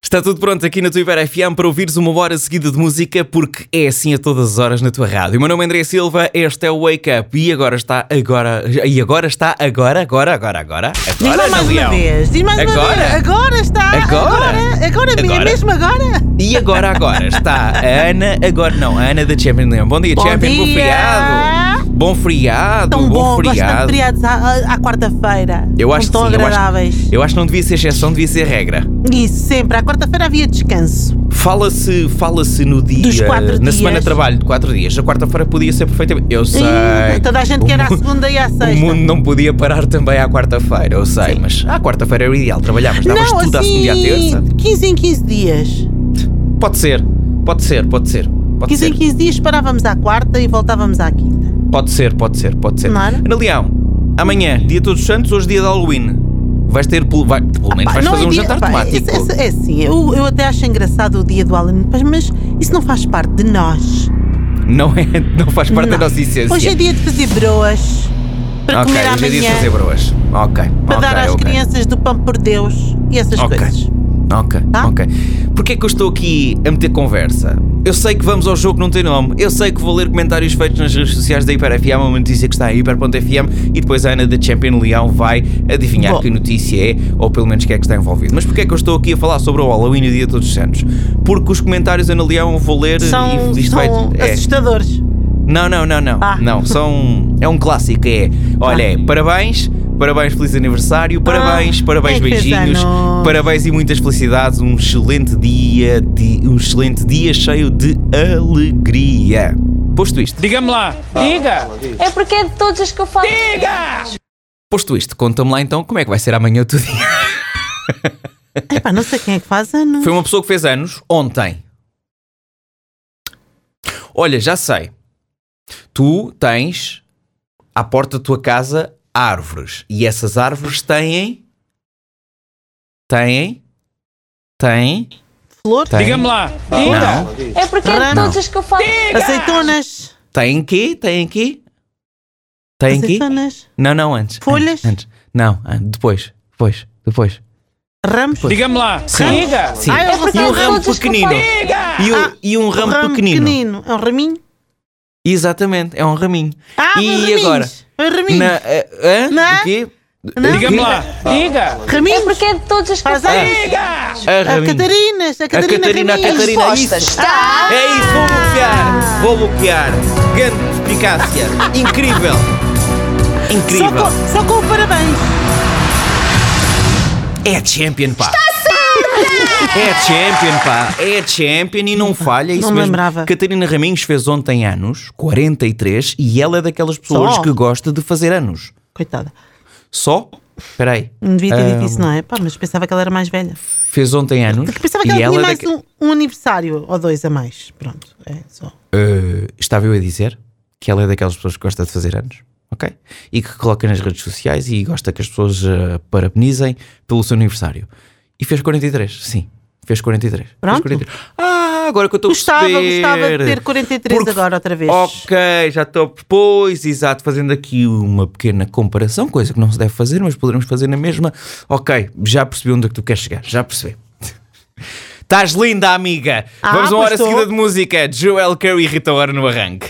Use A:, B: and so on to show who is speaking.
A: Está tudo pronto aqui na tua Ibera FM para ouvires uma hora seguida de música, porque é assim a todas as horas na tua rádio. O meu nome é André Silva, este é o Wake Up e agora está agora. E agora está agora, agora, agora, agora.
B: Diz
A: Agora,
B: lá mais
A: Ana
B: uma
A: Leão.
B: vez, diz mais uma
A: Agora?
B: vez. Agora está.
A: Agora?
B: Agora, agora, me-
A: Agora?
B: mesmo agora.
A: E agora, agora está a Ana, agora não, a Ana da Champion Leão. Bom dia,
B: Bom
A: Champion, bom
B: dia.
A: feriado. Bom feriado,
B: Tão bom, gosto tanto de
A: feriado.
B: feriados à, à- à quarta-feira.
A: Eu acho
B: São tão
A: que sim, eu acho-
B: agradáveis.
A: Eu acho que não devia ser exceção, devia ser regra.
B: E sempre, à quarta-feira havia descanso.
A: Fala-se fala no dia.
B: Dos quatro
A: na
B: dias.
A: semana de trabalho de 4 dias. A quarta-feira podia ser perfeitamente. Eu sei.
B: Ih, toda a gente quer à segunda e à
A: O
B: sexta.
A: mundo não podia parar também à quarta-feira, eu sei, mas à quarta-feira era o ideal. Trabalhavas, davas
B: não,
A: tudo à segunda
B: assim,
A: e à terça.
B: 15 em 15 dias.
A: Pode ser, pode ser, pode ser. Pode
B: 15
A: ser,
B: em 15 dias parávamos à quarta e voltávamos à quinta.
A: pode ser, pode ser, pode ser.
B: Não era?
A: Ana Leão, amanhã, dia de Todos os Santos, hoje dia de Halloween. Vais ter, pelo- vai, pelo menos
B: Pá,
A: vais
B: não
A: fazer
B: é
A: um
B: dia-
A: jantar
B: pá,
A: temático.
B: É, é, é assim, eu, eu até acho engraçado o dia do Alan, mas- mas isso não faz parte de nós.
A: Não, é, não faz parte da
B: Não.
A: nossa essência.
B: Hoje é dia de fazer broas. Para
A: ok,
B: comer
A: hoje é dia de
B: amanhã.
A: fazer broas. Ok,
B: para
A: ok,
B: dar às
A: ok.
B: crianças do pão por Deus e essas
A: Ok.
B: coisas.
A: Ok,
B: Tá?
A: ok. Porquê é que eu estou aqui a meter conversa? Eu sei que vamos ao jogo que não tem nome. Eu sei que vou ler comentários feitos nas redes sociais da Hiper FM, uma notícia que está em hiper.fm e depois a Ana da Champion Leão vai adivinhar
B: Bom.
A: que notícia é, ou pelo menos que é que está envolvido. Mas porquê é que eu estou aqui a falar sobre o Halloween e o Dia de Todos os Santos? Porque os comentários Ana Leão eu vou ler
B: São,
A: e isto vai.
B: são
A: é.
B: assustadores.
A: Não, não, não, não.
B: Ah.
A: Não, são. É um clássico, é. Olha, é, parabéns, parabéns, feliz aniversário, parabéns, parabéns,
B: é que fez
A: beijinhos,
B: anos.
A: parabéns e muitas felicidades. Um excelente dia, de, um excelente dia cheio de alegria. Posto isto,
C: Diga-me lá. Diga.
D: É porque é de todos as que eu falo.
A: posto isto, conta-me lá então como é que vai ser amanhã o teu dia.
B: Epá, não sei quem é que faz anos.
A: Foi uma pessoa que fez anos ontem. Olha, já sei. Tu tens à porta da tua casa árvores e essas árvores têm. Têm. Têm.
B: Flor,
A: Tem.
C: Diga-me lá.
A: Não.
C: Diga.
D: É porque é de
A: Não.
D: todos as que eu falo.
B: azeitonas,
A: Têm quê? Têm quê? Têm quê?
B: azeitonas,
A: Não, não, antes.
B: Folhas?
A: Antes. antes. Não, an- depois. Depois. Depois.
B: ramos.
C: Diga-me lá.
A: Sim.
C: Diga.
A: Sim.
B: Ah, é
A: E
B: o
A: um
B: ramo-
A: ramo
D: todos
A: pequenino. E, o-
B: Ah,
A: e um ramo, pequenino.
B: É um raminho.
A: Exatamente, é um raminho.
B: Ah,
A: E
B: mas raminhos.
A: agora?
B: É raminho.
A: Na, eh, hã?
B: Não.
A: O quê?
B: Não.
C: Diga-me lá. Diga.
D: É
B: Raminhos.
D: porque é de todas as que eu
B: Faz
D: falo.
B: anos.
A: A
B: A
A: Ah, é raminho.
B: Catarinas, a
A: A
B: Catarina,
A: Catarina, a
B: Raminhos.
A: Catarina, é isso. É isso, vou bloquear. Vou bloquear. Grande eficácia. Incrível.
B: Só
A: Incrível.
B: com, só com o parabéns.
A: É champion, pá. É champion, pá. É champion e não falha. é Isso
B: Não me
A: mesmo.
B: lembrava.
A: Catarina Raminhos fez ontem anos, 43, e ela é daquelas pessoas
B: Só?
A: que gosta de fazer anos.
B: Coitada.
A: Só? Espera aí.
B: Não devia ter dito
A: Ah,
B: isso, não é? Pá, mas pensava que ela era mais velha.
A: Fez ontem anos.
B: Porque pensava que
A: e
B: ela
A: ela
B: tinha
A: é
B: mais
A: daque-
B: um, um aniversário ou dois a mais. Pronto, é só.
A: Uh, estava eu a dizer que ela é daquelas pessoas que gosta de fazer anos, ok? E que coloca nas redes sociais e gosta que as pessoas uh, parabenizem pelo seu aniversário. E fez 43, sim. Fez 43. Fez
B: Pronto.
A: 43. Ah, agora que eu estou a
B: Gostava,
A: perceber.
B: gostava de ter 43
A: Porque- Oh,
B: agora outra vez.
A: Ok, já estou. Pois, exato, fazendo aqui uma pequena comparação, coisa que não se deve fazer, mas poderemos fazer na mesma. Ok, já percebi onde é que tu queres chegar, já percebi. Estás linda, amiga!
B: Ah,
A: Vamos a uma
B: pois
A: hora
B: estou.
A: seguida de música. Joel Curry e Rita Ora no arranque.